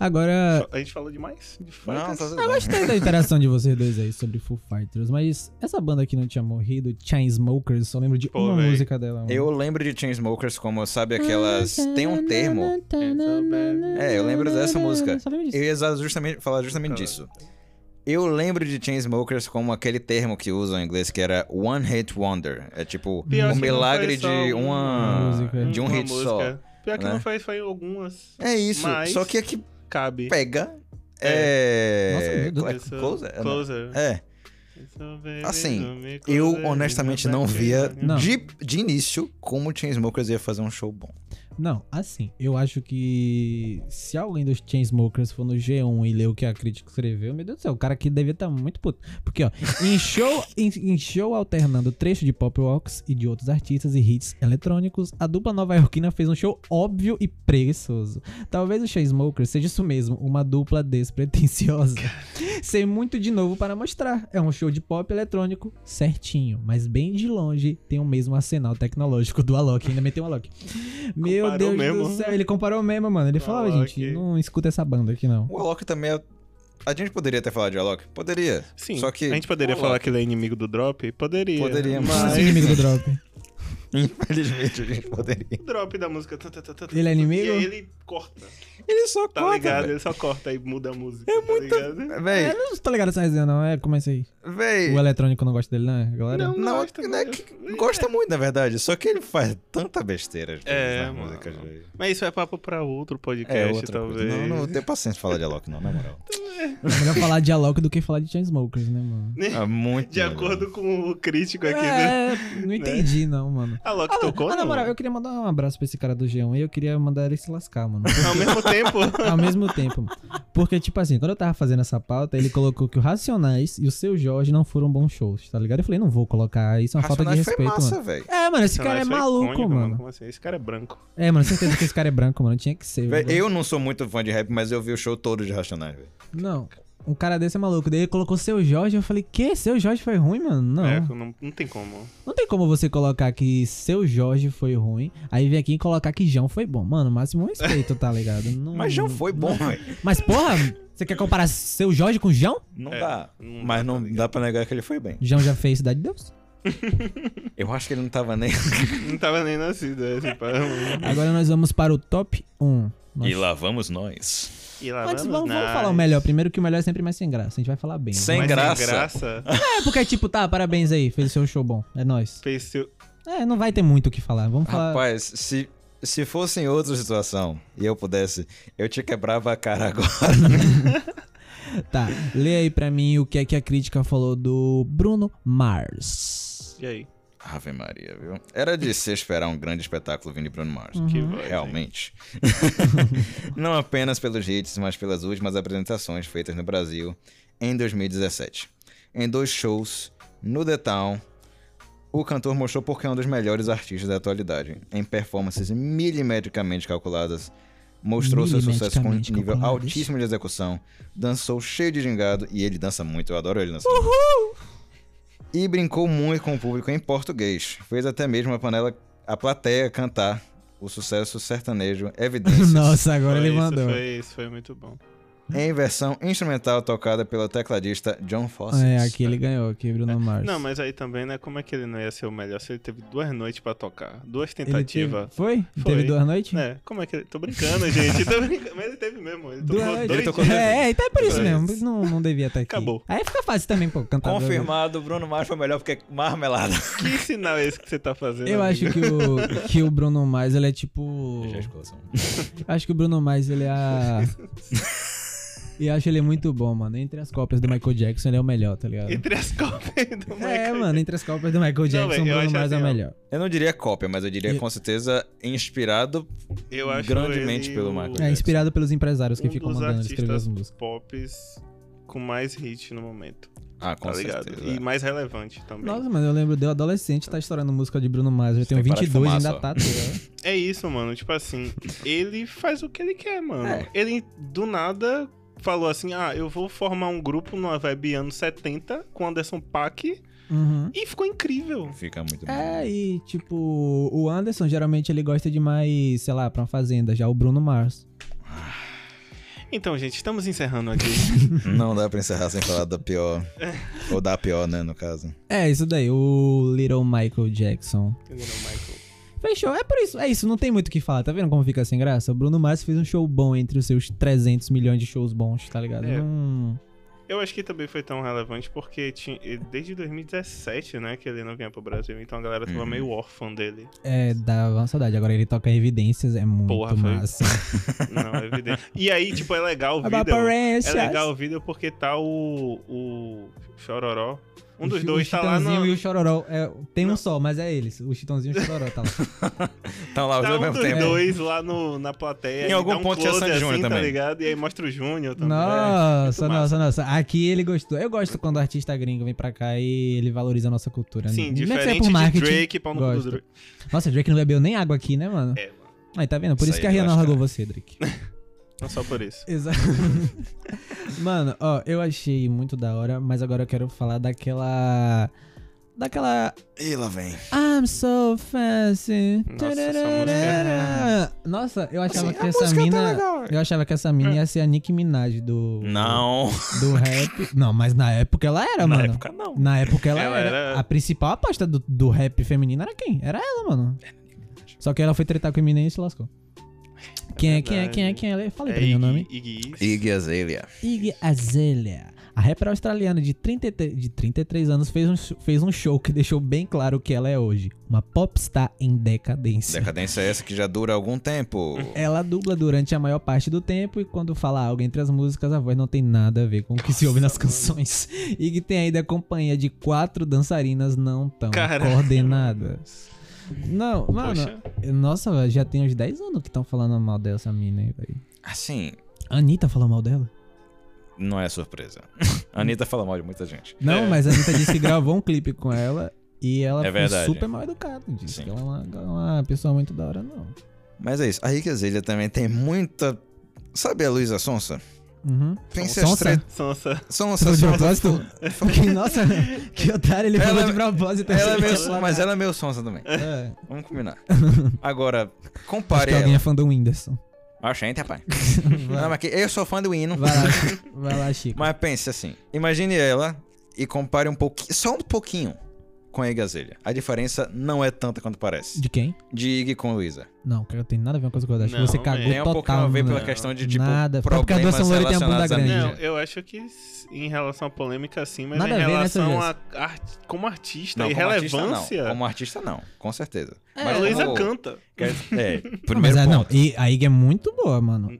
A: Agora,
B: A gente falou demais. De
C: Não,
B: Fighters.
C: tá tudo
A: eu
C: bem.
A: gostei da interação de vocês dois aí sobre Foo Fighters, mas essa banda aqui não tinha morrido, Chainsmokers, só lembro de
B: Pô,
A: uma
B: véi.
A: música dela. mano.
C: Eu lembro de Chainsmokers como, sabe, aquelas... Tem um termo. É, eu lembro dessa música.
A: Só lembro disso.
C: Eu ia usar justamente, falar justamente disso. Eu lembro de Chainsmokers como aquele termo que usam em inglês, que era One Hit Wonder. É tipo,
B: Pior
C: um
B: que não foi
C: milagre
B: só
C: de
A: uma
C: uma...
A: música.
C: De um
B: Uma
C: hit só.
B: música. Pior que
C: né?
B: não faz, foi algumas.
C: É isso.
B: Mas-
C: Só que a que
B: Cabe.
C: pega é...
A: Nossa, meu
C: é...
B: It's a-
C: Closer? É, não.
B: Closer.
C: É.
B: It's a baby,
C: Assim,
B: don't be closer, né? tá
C: Eu honestamente não
B: baby.
C: via
A: Não.
C: de, de início como Chainsmokers ia fazer um show bom.
A: Não, assim, eu acho que se alguém dos Chainsmokers for no G1 e ler o que a crítica escreveu, meu Deus do céu, o cara aqui devia estar muito puto. Porque, ó, em show, em, em show alternando trecho de pop rocks e de outros artistas e hits eletrônicos, a dupla nova iorquina fez um show óbvio e preguiçoso. Talvez o Chainsmokers seja isso mesmo, uma dupla despretensiosa. Sem muito de novo para mostrar. É um show de pop eletrônico certinho, mas bem de longe tem o mesmo arsenal tecnológico do Alok. Ainda meteu um Alok. Meu
B: Comparou
A: Deus do
B: mesmo. né?
A: céu, ele comparou mesmo, mano. Ele falou,
B: Alok.
A: gente, não escuta essa banda aqui não.
C: O Alok também é... A gente poderia ter falado de Alok? Poderia.
B: Sim.
C: Só que-
B: A gente poderia
C: Olá.
B: falar que ele é inimigo do Drop? Poderia.
C: Poderia,
B: mas. é
A: Esse inimigo do Drop.
C: Infelizmente, a gente poderia.
B: O drop da música. tá, tá, tá, tá,
A: Ele é
B: tá,
A: inimigo?
B: E aí ele corta.
C: Ele só
B: Tá ligado? Ele só corta e muda a música. É tá ligado?
A: É,
C: Véi,
A: eu não tô ligado essa resenha não, é, começa aí.
C: véi.
A: O eletrônico não gosta dele, né, galera?
B: Não,
C: Não,
B: gosta, Né?
C: não é
B: mas-
C: que gosta muito, na verdade. Só que ele faz tanta besteira às vezes,
B: É,
C: nas
B: mano.
C: músicas dele.
B: Mas isso é papo pra outro
C: É,
B: podcast,
C: outra coisa.
B: talvez.
C: Não, não tem paciência de falar de Alok, não, na moral.
A: É melhor falar de Alok do que falar de Chainsmokers, né, mano?
C: É muito.
B: De acordo com o crítico aqui, né?
A: É, não entendi não, mano.
B: A Loki tocou,
A: Ah, na
B: não?
A: moral, eu queria mandar um abraço pra esse cara do G1 e eu queria mandar ele se lascar, mano.
B: Ao mesmo tempo.
A: Ao mesmo tempo. mano. Porque, tipo assim, quando eu tava fazendo essa pauta, ele colocou que o Racionais e o Seu Jorge não foram bons shows, tá ligado? Eu falei, não vou colocar, isso é uma falta de
C: Racionais foi
A: respeito, mano.
C: massa, velho.
A: É, mano, esse cara é
B: Isso
A: maluco,
B: icônico,
A: mano.
B: Como assim? Esse cara é branco.
A: É, mano, certeza que esse cara é branco, mano. Tinha que ser.
C: Véi,
A: velho.
C: Eu não sou muito fã de rap, mas eu vi o show todo de Racionais, velho.
A: Não, um cara desse é maluco. Daí ele colocou Seu Jorge, eu falei, que? Seu Jorge foi ruim, mano? Não.
B: É, não, não tem como.
A: Não tem como você colocar que Seu Jorge foi ruim, aí vem aqui e colocar que João foi bom. Mano, máximo respeito, tá ligado? Não-
C: Mas já foi bom, velho.
A: Mas porra, você quer comparar seu Jorge com João?
C: Não
B: É,
C: dá.
B: não
C: mas
B: dá, tá
C: não
B: ligado?
C: dá pra negar que ele foi bem.
A: João já fez Cidade de Deus.
C: Eu acho que ele não tava nem.
B: Não tava nem nascido, é, tipo,
A: Agora nós vamos para o top 1. Nossa.
C: lá vamos nós.
B: E lá
A: Antes,
B: vamos
A: vamos, vamos
B: nós.
A: falar o melhor primeiro, que o melhor é sempre mais sem graça. A gente vai falar bem.
C: Sem-
B: Mas
C: graça.
B: graça.
A: É porque, tipo, tá, parabéns aí, fez o seu show bom. É nóis.
B: fez seu-
A: É, não vai ter muito o que falar. Vamos falar.
C: Rapaz, se, se fosse em outra situação e eu pudesse, eu te quebrava a cara agora.
A: Tá, lê aí pra mim o que é que a crítica falou do Bruno Mars.
B: E aí?
C: Ave Maria, viu? Era de se esperar um grande espetáculo vindo de Bruno Mars.
A: Uhum.
B: Que voz,
A: é.
B: hein?
C: Realmente. Não apenas pelos hits, mas pelas últimas apresentações feitas no Brasil em 2017. Em dois shows, no The Town, o cantor mostrou porque é um dos melhores artistas da atualidade. Em performances milimetricamente calculadas, mostrou seu sucesso com um
A: Milimetricamente
C: nível
A: calculadas.
C: altíssimo de execução, dançou cheio de gingado, e ele dança muito, eu adoro ele dançando. E brincou muito com o público em português. Fez até mesmo a panela, a plateia cantar o sucesso sertanejo Evidências.
A: Nossa, agora ele
B: Foi isso,
A: mandou.
B: Foi isso, foi muito bom.
C: Em versão instrumental tocada pelo tecladista John Fawcett.
A: É, aqui ele ganhou, aqui Bruno Mars.
B: É. Não, mas aí também, né? Como é que ele não ia ser o melhor se ele teve duas noites pra tocar? Duas
A: Ele
B: tentativas.
A: teve- Foi?
B: Foi.
A: Teve duas noites?
B: É, como é que ele. Tô brincando, gente. Tô brincando. Mas ele teve mesmo. Ele tocou
A: Duas noites.
B: dois
C: Ele tocou-
B: dias.
A: É, é, então é por isso
B: Dois.
A: mesmo. Não, não devia estar aqui.
B: Acabou.
A: Aí fica fácil também, pô, né? cantar. duas vezes.
C: Confirmado, Bruno Mars foi melhor porque é marmelada.
B: Que sinal é esse que você tá fazendo?
A: Eu
B: amigo?
A: acho que o, que o Bruno Mars, ele é tipo. Acho que o Bruno Mars, ele é. a- E acho ele muito bom, mano. Entre as cópias do Michael Jackson, ele é o melhor, tá ligado?
B: Entre as cópias do
A: É,
B: Michael.
A: mano, entre as cópias do Michael Jackson,
B: velho,
A: o
B: eu
A: Bruno
B: acho
A: Mars é o
B: assim, ó.
A: melhor.
C: Eu não diria cópia, mas eu diria
A: E-
C: com certeza inspirado.
B: Eu acho
C: Grandemente
B: ele
C: pelo
B: o-
C: Michael
A: É inspirado pelos empresários que
B: um
A: ficam
B: dos
A: mandando ele escrever as
B: artistas
A: músicas.
B: pops com mais hit no momento,
C: Ah, com
B: tá ligado?
C: certeza.
B: E mais relevante também.
A: Nossa, mano, eu lembro de eu adolescente tá estourando música de Bruno Mars. Eu
C: Você
A: tenho
C: tem que parar de
A: 22 e
C: fumar
A: ainda
C: só.
A: tá. tá ligado?
B: É isso, mano. Tipo assim, ele faz o que ele quer, mano.
C: É.
B: Ele, do nada, falou assim: ah, eu vou formar um grupo numa vibe anos 70 com Anderson Paak
A: Uhum.
B: e ficou incrível.
C: Fica muito bom.
A: É, e tipo, o Anderson geralmente ele gosta de mais, sei lá, pra uma fazenda, já o Bruno Mars.
B: Então, gente, estamos encerrando aqui.
C: Não dá pra encerrar sem falar da pior. Ou da pior, né, no caso.
A: É, isso daí, o Little Michael Jackson.
B: Entendeu, Michael?
A: Fechou, é por isso, é isso, não tem muito o que falar, tá vendo como fica sem graça? O Bruno Mars fez um show bom entre os seus 300 milhões de shows bons, tá ligado?
B: É.
A: Não-
B: Eu acho que também foi tão relevante porque tinha, desde 2017, né, que ele não vinha pro Brasil, então a galera tava
C: Uhum.
B: meio órfã dele.
A: é, dá uma saudade. Agora ele toca evidências, é muito
B: Porra, foi-
A: massa.
B: Não, é evidente. E aí, tipo, é legal o vídeo. É
A: Aparências.
B: legal o vídeo porque tá o. o Chororó. Um
A: O
B: dos
A: chi-
B: dois
A: o
B: tá lá
A: Chitãozinho
B: no.
A: e o Chororó. É, tem um só, mas é eles. O Chitãozinho e o Chororó tá lá.
C: Então lá os
B: Tá
C: dois
B: um
C: ao mesmo
B: dos
C: tempo.
B: dois lá no, na plateia.
C: Em
B: e
C: algum
B: dá um
C: ponto tinha
B: close
C: Sandy
B: assim,
C: Júnior
B: Tá
C: também.
B: ligado? E aí mostra o Júnior também. É.
A: Nossa,
B: muito
A: nossa, nossa. Aqui ele gostou. Eu gosto quando o artista gringo vem pra cá e ele valoriza a nossa cultura.
B: Sim,
A: Nem que seja
B: diferente de Drake, pau no cu
A: gosto.
B: do Drake.
A: Nossa, Drake não bebeu nem água aqui, né, mano?
B: É, mano.
A: Aí, tá vendo? Por
C: Isso
A: isso que a
C: aí, eu
A: Rihanna
C: acho,
A: largou
C: cara.
A: você, Drake.
B: Não só por isso.
A: Exato. Mano, ó, eu achei muito da hora, mas agora eu quero falar daquela. Daquela.
C: E lá vem.
A: I'm so fancy.
B: Nossa, essa
A: Tararara. Nossa, eu achava
C: Assim,
A: que
C: a
A: essa
C: música tá
A: mina.
C: legal.
A: eu achava que essa mina ia ser a Nicki Minaj do.
C: Não.
A: Do rap. Não, mas na época ela era,
C: Na
A: mano.
C: época, não.
A: Na época ela,
B: Ela
A: era.
B: era-
A: A principal aposta do, do rap feminino era quem? Era ela, mano. Só que ela foi tretar com o Eminem e se lascou. Quem é, quem é, quem é, quem é? Falei pra mim o nome.
B: Iggy, Iggy.
C: Iggy Azalea.
A: Iggy Azalea. A rapper australiana de 33, de 33 anos fez um, sh- fez um show que deixou bem claro o que ela é hoje. Uma popstar em decadência.
C: Decadência é essa que já dura algum tempo.
A: Ela dubla durante a maior parte do tempo e quando fala algo entre as músicas, a voz não tem nada a ver com o que se ouve nas canções. E que tem ainda a companhia de quatro dançarinas não tão
B: Caralho.
A: coordenadas. Não, mano,
B: Poxa.
A: nossa, velho, já tem uns 10 anos que estão falando mal dessa mina aí, velho.
C: Assim,
A: A Anitta falou mal dela?
C: não é surpresa. A Anitta fala mal de muita gente.
A: Não,
B: É.
A: mas a Anitta disse que gravou um clipe com ela e ela
C: É
A: foi
C: verdade.
A: super mal educada. Disse
C: Sim.
A: que ela é uma, uma pessoa muito da hora, não.
C: Mas é isso. A Iggy Azalea também tem muita... Sabe a Luísa Sonsa?
A: Uhum.
C: Tem
A: Sonsa?
C: essas três...
B: Sonsa.
C: Sonsa,
A: Foi de
C: Sonsa.
A: propósito? Porque, nossa, que otário, ele
C: Ela-
A: falou de propósito.
C: Ela é meio, mas ela é meio sonsa também.
A: É.
C: Vamos combinar. Agora,
A: Acho
C: compare
A: que alguém
C: ela.
A: é fã do Whindersson.
C: Ah, gente, rapaz. Não,
A: Vai,
C: mas que- eu sou fã do hino.
A: vai lá, Chico. vai lá, Chico.
C: Mas pense assim. Imagine ela e compare um pouquinho, só um pouquinho, com a Iggy Azalea. A diferença não é tanta quanto parece.
A: De quem?
C: De Iggy com Luísa.
A: Não, cara, tem nada a ver uma coisa com a outra. Acho que
B: Não,
A: você cagou
B: man.
C: Tem um pouquinho
A: total.
C: a ver
A: mano.
C: pela questão de, tipo,
A: Nada. Só porque a Duas
C: problemas
A: São Loura tem a bunda
C: relacionados à
A: grande.
B: Não,
C: mídia.
B: eu acho que s- em relação à polêmica, sim, mas
A: Nada
B: em
A: a ver, né,
B: relação
A: seu
B: a, art- como artista
C: Não,
B: e
C: como artista, não.
B: relevância.
C: Como artista, não. Com certeza.
B: a
C: como-
B: Luísa canta.
C: É,
A: Não, mas
C: primeiro
A: é, não,
C: ponto.
A: e a Ig é muito boa, mano.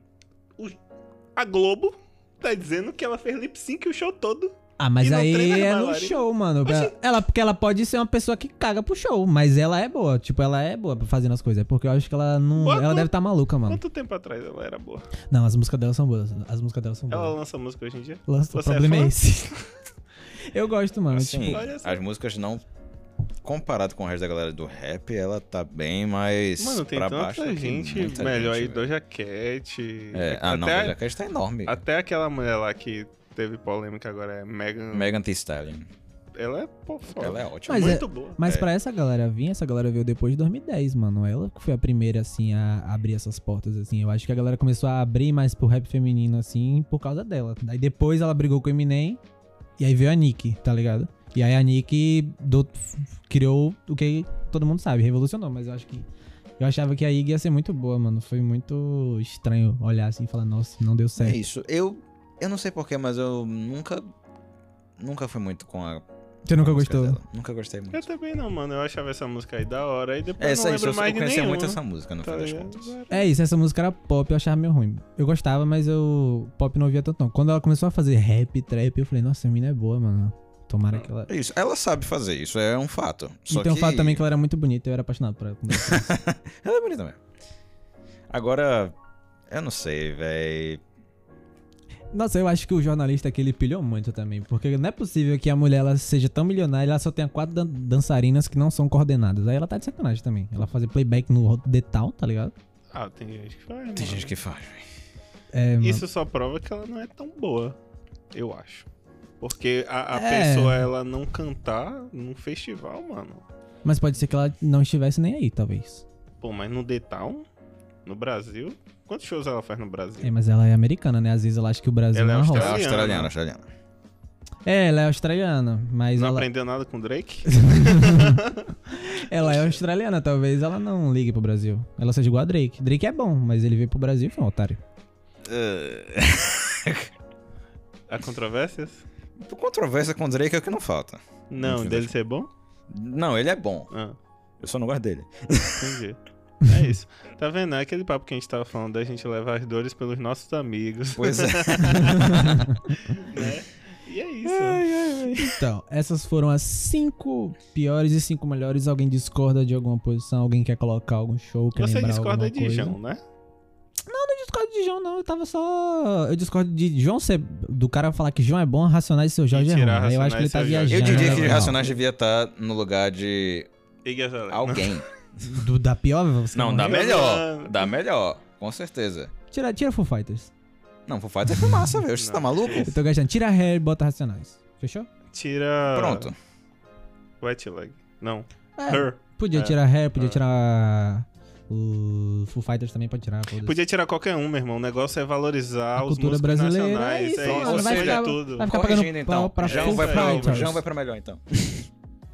B: A Globo Tá dizendo que ela fez lip sync o show todo.
A: Ah, mas
B: E não
A: aí
B: treina
A: é no
B: bailarina.
A: show, mano.
B: Oxi.
A: Ela- Ela, porque ela pode ser uma pessoa que caga pro show, mas ela é boa. Tipo, ela é boa pra fazendo as coisas. É porque eu acho que ela não.
B: Boa,
A: ela
B: boa.
A: deve estar tá maluca, mano.
B: Quanto tempo atrás ela era boa?
A: Não, as músicas dela são boas. As músicas dela são
B: Ela
A: boas.
B: lança música hoje em dia?
A: Lança- o
B: Você é
A: problema é,
B: fã?
A: esse. eu gosto, mano.
C: Assim,
A: tipo,
B: olha só.
C: as músicas não. Comparado com o resto da galera do rap, ela tá bem mais.
B: Mano, tem
C: pra
B: tanta
C: baixo do que
B: gente
C: muita
B: melhor aí,
C: gente, velho.
B: Doja Cat.
C: É, ah, não,
B: até,
C: a Jaquete tá enorme.
B: até aquela mulher lá que teve polêmica agora é Megan.
C: Megan Thee Stallion.
B: Ela é pô, foda.
C: Ela é ótima.
A: Mas
B: muito boa.
A: mas
C: É.
A: pra essa galera vir, essa galera veio depois de 2010, mano. Ela que foi a primeira, assim, a abrir essas portas, assim. Eu acho que a galera começou a abrir mais pro rap feminino, assim, por causa dela. Daí depois ela brigou com o Eminem. E aí veio a Nick, tá ligado? E aí a Nick do- criou o que todo mundo sabe, revolucionou, mas eu acho que. Eu achava que a Ig ia ser muito boa, mano. Foi muito estranho olhar assim e falar, nossa, não deu
C: É
A: certo.
C: isso. Eu, eu não sei porquê, mas eu nunca. Nunca fui muito com a.
A: Você nunca
C: com a música
A: gostou?
C: dela. Nunca gostei muito.
B: Eu também não, mano. Eu achava essa música aí da hora. E depois
C: É,
B: eu
C: isso
B: não
C: aí, eu,
B: lembro
C: eu
B: mais de
C: conhecia
B: nenhuma.
C: muito essa música, no
B: tá
C: fim das
B: ligado?
C: contas.
A: É isso, essa música era pop, eu achava meio ruim. Eu gostava, mas eu pop não ouvia tanto não. Quando ela começou a fazer rap, trap, eu falei, nossa, a mina é boa, mano. Tomara que ela...
C: É Isso, ela sabe fazer, isso é um fato. Só
A: e tem o
C: que...
A: Então, fato também que ela era muito bonita, eu era apaixonado por ela.
C: Ela é bonita mesmo. Agora, eu não sei, véi.
A: nossa, eu acho que o jornalista aqui, ele pilhou muito também, porque não é possível que a mulher, ela seja tão milionária, ela só tenha quatro dan- dançarinas que não são coordenadas. Aí ela tá de sacanagem também. Ela fazer playback no The Town, tá ligado?
B: Ah, tem gente que faz.
C: Tem
B: mano.
C: gente que faz, véi.
A: É, mano.
B: Isso só prova que ela não é tão boa, eu acho. Porque a, a
A: É.
B: pessoa, ela não cantar num festival, mano.
A: Mas pode ser que ela não estivesse nem aí, talvez.
B: Pô, mas no The Town, no Brasil, quantos shows ela faz no Brasil?
A: É, mas ela é americana, né? Às vezes ela acha que o Brasil
B: Ela é
A: não rola.
C: Ela é
B: Australiana.
C: australiana, australiana.
A: É, ela é australiana, mas
B: não
A: ela...
B: aprendeu nada com Drake?
A: Ela é australiana, talvez ela não ligue pro Brasil. Ela seja igual a Drake. Drake é bom, mas ele veio pro Brasil e foi um otário.
B: Há controvérsias?
C: Uh, Controvérsia com o Drake é o que não falta.
B: Não,
C: Enfim,
B: dele
C: acho-
B: ser bom?
C: Não, ele é bom.
B: Ah,
C: Eu só não gosto dele.
B: entendi. É isso. Tá vendo? É aquele papo que a gente tava falando da gente levar as dores pelos nossos amigos,
C: Pois é.
B: né? E é isso.
A: Então, essas foram as cinco piores e cinco melhores. Alguém discorda de alguma posição? Alguém quer colocar algum show? Quer
B: Você
A: lembrar
B: discorda
A: alguma
B: de
A: coisa?
B: João, né?
A: Eu discordo de João, não. Eu tava só. Eu discordo de João ser. Do cara falar que João é bom, Racionais e seu Jorge é ruim.
B: tirar
A: Aí eu acho que ele
B: Racionais
A: tá
B: e Seu
A: viajando.
B: Jorge.
C: Eu diria
A: né,
C: que é
A: mano?
C: Racionais devia estar no lugar de
B: Iggy Azalea.
C: alguém.
A: Do- da pior, você
C: Não,
A: quer
C: dá
A: morrer?
C: melhor. Dá melhor, com certeza.
A: Tira, tira Full Fighters.
C: Não, Foo Fighters foi massa, velho. Você tá
B: Não.
C: maluco?
A: Eu tô gastando. Tira Hair e bota Racionais. Fechou?
B: Tira.
C: Pronto.
B: Wet Leg. Não.
A: É,
B: Her.
A: Podia
B: É.
A: tirar Hair, podia
B: É.
A: tirar o Full Fighters também pode tirar. foda-se.
B: Podia tirar qualquer um, meu irmão. O negócio é valorizar
A: A
B: os
A: cultura
B: músicos
A: brasileira, é
B: nacionais.
A: isso,
B: É
C: mano,
B: isso,
C: vai
B: ou seja,
A: ficar-
B: tudo.
A: vai ficar pagando
C: Corrigindo então.
A: pau pra
C: João
A: Foo
C: vai, pra,
A: Fighters.
C: João vai pra melhor então.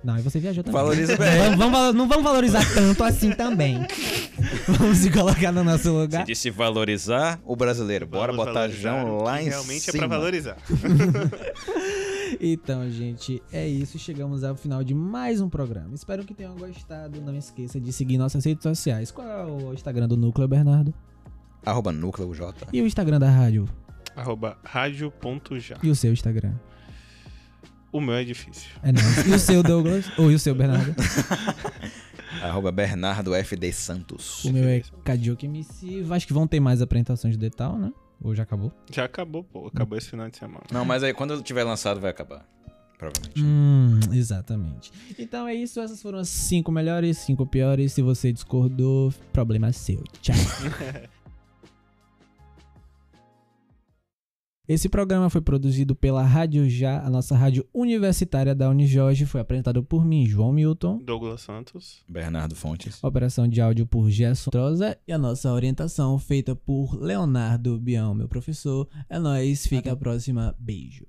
A: Não, e você viajou também.
C: Valoriza
A: Não
C: bem.
A: vamos- vamos valo- não vamos valorizar tanto assim também. Vamos se colocar no nosso
C: Se
A: lugar.
C: disse valorizar o brasileiro. Bora
B: Vamos
C: botar
B: valorizar
C: João
B: o que
C: lá em
B: Realmente é
C: cima.
B: pra valorizar.
A: Então, gente, é isso. Chegamos ao final de mais um programa. Espero que tenham gostado. Não esqueça de seguir nossas redes sociais. Qual é o Instagram do Núcleo, Bernardo?
C: Arroba núcleo J.
A: E o Instagram da rádio?
B: Arroba rádio.já.
A: E o seu Instagram?
B: O meu é difícil.
A: É nóis. E o seu, Douglas? Ou e o seu, Bernardo?
C: Arroba Bernardo FD Santos.
A: O meu é Kadioka MC. Acho que vão ter mais apresentações de detalhe, né? Ou já acabou?
B: Já acabou, pô. Acabou esse final de semana.
C: Não, mas aí quando tiver lançado vai acabar. Provavelmente.
A: Hum, exatamente. Então é isso, essas foram as 5 melhores, 5 piores. Se você discordou, problema seu. Tchau. Esse programa foi produzido pela Rádio Já, a nossa rádio universitária da Unijorge. Foi apresentado por mim, João Milton.
B: Douglas Santos.
C: Bernardo Fontes.
A: Operação de áudio por Gerson Troza e a nossa orientação feita por Leonardo Bião, meu professor. É nóis, fica a próxima. Beijo.